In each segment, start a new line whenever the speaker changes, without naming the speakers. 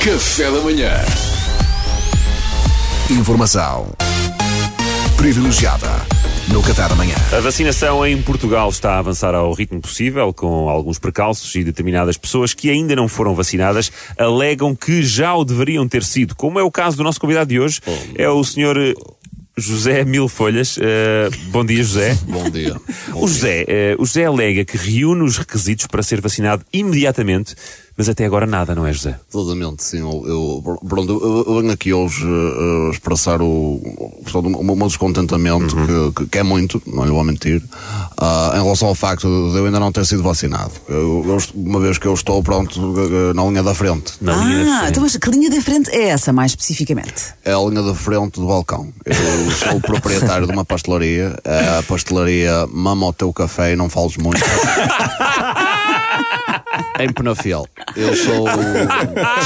Café da Manhã. Informação privilegiada no Café da Manhã.
A vacinação em Portugal está a avançar ao ritmo possível, com alguns precalços e determinadas pessoas que ainda não foram vacinadas alegam que já o deveriam ter sido, como é o caso do nosso convidado de hoje, é o senhor José Mil Folhas. Eh, bom dia, José.
Bom dia.
O José, eh, o José alega que reúne os requisitos para ser vacinado imediatamente, mas até agora nada, não é, José?
Totalmente, sim. Eu, eu- pronto, eu, eu venho aqui hoje eh, eh, expressar o, portanto, o meu um descontentamento,
Uhum.
que, que- que é muito, não lhe vou mentir, ah, em relação ao facto de eu ainda não ter sido vacinado. Eu- eu est- uma vez que eu estou, pronto, eh, eh, na linha da frente.
Na linha da
assim.
Ah,
frente.
então mas que linha da frente é essa, mais especificamente?
É a linha da frente do balcão. Eu sou o proprietário de uma pastelaria, É a pastelaria Mama o Teu Café e Não Fales Muito. em Penafiel. Eu sou,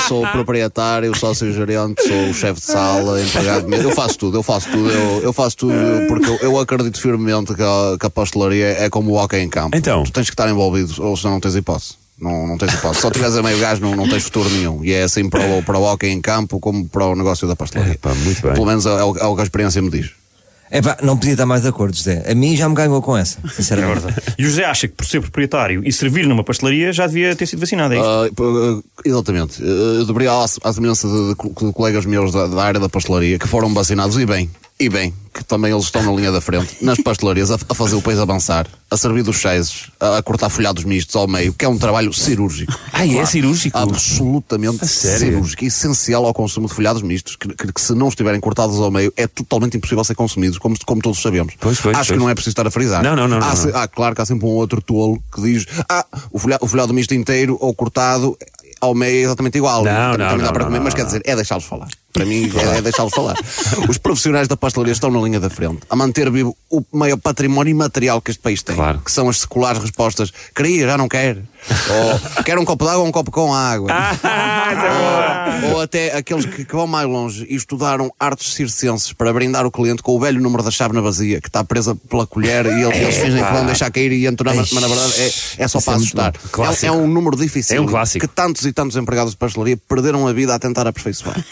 sou o proprietário, sócio gerente, sou o chefe de sala, empregado de mesa. Eu faço tudo, eu faço tudo, eu, eu faço tudo porque eu, eu acredito firmemente que a, que a pastelaria é como o hockey em campo.
Então.
Tu tens que estar envolvido, ou senão não tens hipótese. Não, não tens hipótese. Só tiveres a meio gás, não, não tens futuro nenhum. E é assim para o, para o hockey em campo como para o negócio da pastelaria.
Epá, muito bem.
Pelo menos é, o- é o que a experiência me diz.
Epá, não podia estar mais de acordo, José. A mim já me ganhou com essa, sinceramente.
É E o José acha que por ser proprietário e servir numa pastelaria já devia ter sido vacinado, é isto?
Ah, p- ah, exatamente. Ah, eu deveria, à, à semelhança de, de co- de colegas meus da, da área da pastelaria, que foram vacinados e bem, e bem, que também eles estão na linha da frente, nas pastelarias, a, a fazer o país avançar, a servir dos cheises, a, a cortar folhados mistos ao meio, que é um trabalho cirúrgico.
Ah, é cirúrgico?
Absolutamente
sério?
cirúrgico, essencial ao consumo de folhados mistos, que, que- que se não estiverem cortados ao meio, é totalmente impossível ser consumidos, como, como todos sabemos.
Pois, pois,
Acho
pois.
que não é preciso estar a frisar.
Não, não, não,
Há
não,
se-
não.
ah, claro que há sempre um outro tolo que diz: Ah, o folhado, o folhado misto inteiro ou cortado ao meio é exatamente igual.
Não,
também,
não,
também
não,
dá para
não,
comer,
não,
mas quer
não.
dizer, é deixá-los falar. Para mim, é, é deixá-los falar. Os profissionais da pastelaria estão na linha da frente a manter vivo o maior património imaterial que este país tem,
Claro.
que são as seculares respostas: queria, já não quer. ou quer um copo de água ou um copo com água.
Ah, é
Ou até aqueles que, que vão mais longe e estudaram artes circenses para brindar o cliente com o velho número da chave na vazia, que está presa pela colher e
É,
eles, eles fingem que vão deixar cair e entram, na- mas na verdade é, é só para assustar. É,
Clássico.
é um número difícil
É um clássico.
que tantos e tantos empregados de pastelaria perderam a vida a tentar aperfeiçoar.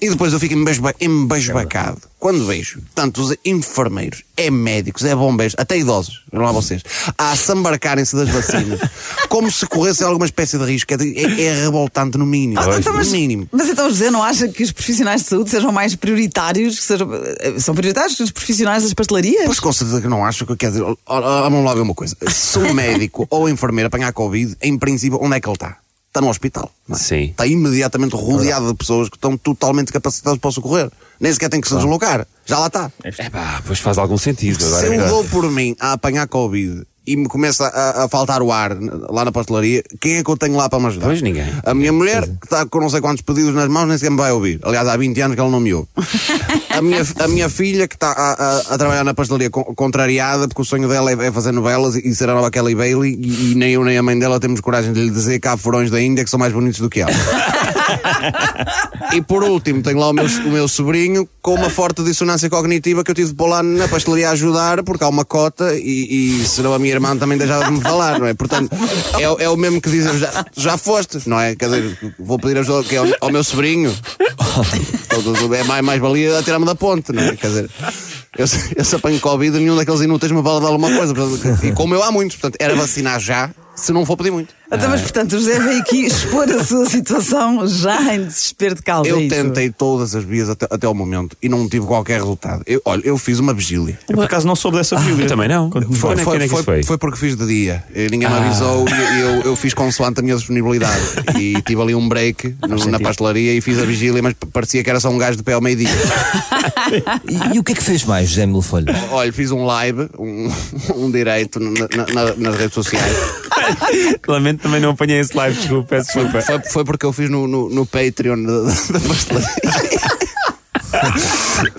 e depois eu fico embasba- embasbacado quando vejo tantos enfermeiros, é médicos, é bombeiros, até idosos, não há vocês, a sambarcarem-se das vacinas como se corressem alguma espécie de risco. É, de- é- é revoltante, no mínimo.
Ah, então,
no é mínimo.
mas então, José, não acha que os profissionais de saúde sejam mais prioritários? Que sejam, eh, são prioritários que os profissionais das pastelarias?
Pois com certeza que não acho que quer dizer. Ora, ora, Vamos lá ver uma coisa. Se um médico ou enfermeiro apanhar Covid, em princípio, onde é que ele está? Está no hospital. não é?
Sim.
Está imediatamente rodeado de pessoas que estão totalmente capacitadas para socorrer. Nem sequer tem que se deslocar. Já lá está.
Epá, é pois faz algum sentido.
Se
Agora. é
eu dou por mim a apanhar Covid e me começa a, a faltar o ar n- lá na pastelaria, quem é que eu tenho lá para me ajudar?
Pois ninguém. é.
A minha mulher, que está com não sei quantos pedidos nas mãos, nem sequer me vai ouvir. Aliás, há 20 anos que ela não me ouve. A minha, a minha filha, que está a, a- a trabalhar na pastelaria con- contrariada, porque o sonho dela é, é fazer novelas e ser a nova Kelly Bailey, e, e nem eu nem a mãe dela temos coragem de lhe dizer que há furões da Índia que são mais bonitos do que ela. E por último, tenho lá o meu, o meu sobrinho com uma forte dissonância cognitiva que eu tive de pôr lá na pastelaria a ajudar, porque há uma cota e, e senão a minha irmã também deixava de me falar, não é? Portanto, é, o- é o mesmo que dizem, já, já foste, não é? Quer dizer, vou pedir ajuda ao quê? ao, ao meu sobrinho. É mais, mais valia tirar-me da ponte, não é? Quer dizer, eu, se- eu se apanho Covid, nenhum daqueles inúteis me vale dar alguma coisa. Portanto, E como eu há muitos, portanto, era vacinar já, se não for pedir muito.
Então, mas portanto, o José veio aqui expor a sua situação já em desespero de causa. é
Eu
isso?
tentei todas as vias até, até ao momento e não tive qualquer resultado. Eu, olha, eu fiz uma vigília.
Eu por acaso não soube dessa
ah,
vigília.
eu também não.
Quando-
Foi. Quando é que- quando é que isso foi? Ah.
foi porque fiz de dia. Eh, Ninguém me avisou e eu, eu fiz consoante a minha disponibilidade. e tive ali um break no- na pastelaria e fiz a vigília, mas p- parecia que era só um gajo de pé ao meio-dia.
E, e o que é que fez mais, José Milfolho?
olha, fiz um live, um, um direito na- na- nas redes sociais.
Lamento também não apanhei esse live, desculpa, peço desculpa.
Foi, foi porque eu fiz no, no, no Patreon da, da pastelaria.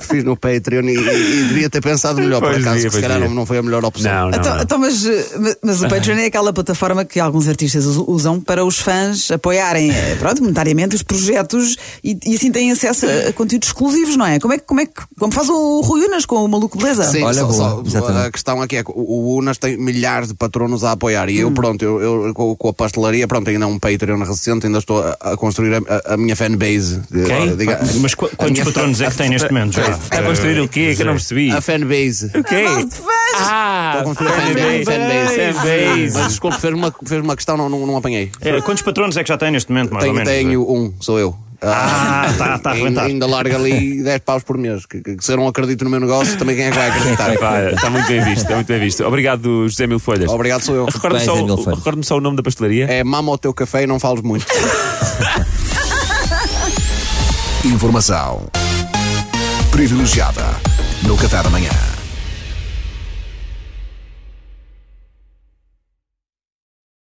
Fiz no Patreon e, e- e devia ter pensado melhor, por
Pois
acaso,
devia,
que se
pois
calhar não,
devia.
não Ah. foi a melhor opção.
Não, não.
Então,
não.
então, mas, eh, mas o Patreon é aquela plataforma que alguns artistas us- usam para os fãs apoiarem eh, pronto, monetariamente os projetos e, e assim têm acesso a a conteúdos exclusivos, não é? Como é que, como é que como faz o Rui Unas com o Maluco Beleza?
Sim,
Olha,
só-
boa,
só-
exatamente.
a questão aqui é que o- o Unas tem milhares de patronos a apoiar e eu, pronto, eu, eu com, com a pastelaria, pronto, ainda um Patreon recente, ainda estou a, a construir a, a- a minha fanbase.
Ok?
Eh, diga-
Mas qu-
a
quantos
minha
patronos
fa-
é que tem neste momento? já?
Está a construir o quê? Que eu não percebi.
A fanbase.
O quê?
Base
É.
de fãs!
Ah,
Estou a construir a fanbase.
fanbase.
fanbase. Mas
Fanbase.
desculpe, fez uma, fez uma questão, não, não, não apanhei.
É, Quantos patronos é que já tem neste momento, mais ou
Tenho,
menos?
tenho um, sou eu.
Ah, tá, tá,
ainda,
arrebentado.
ainda larga ali 10 paus por mês. Que, que se eu não acredito no meu negócio, também quem é que vai acreditar?
Pá, Está muito bem visto, está muito bem visto. Obrigado, José Mil Folhas.
Obrigado, sou eu.
Recorda-me só,
Bem, José Mil Folhas.
recorda-me só o nome da pastelaria.
É mama o teu café e não fales muito.
Informação privilegiada no Café da Manhã.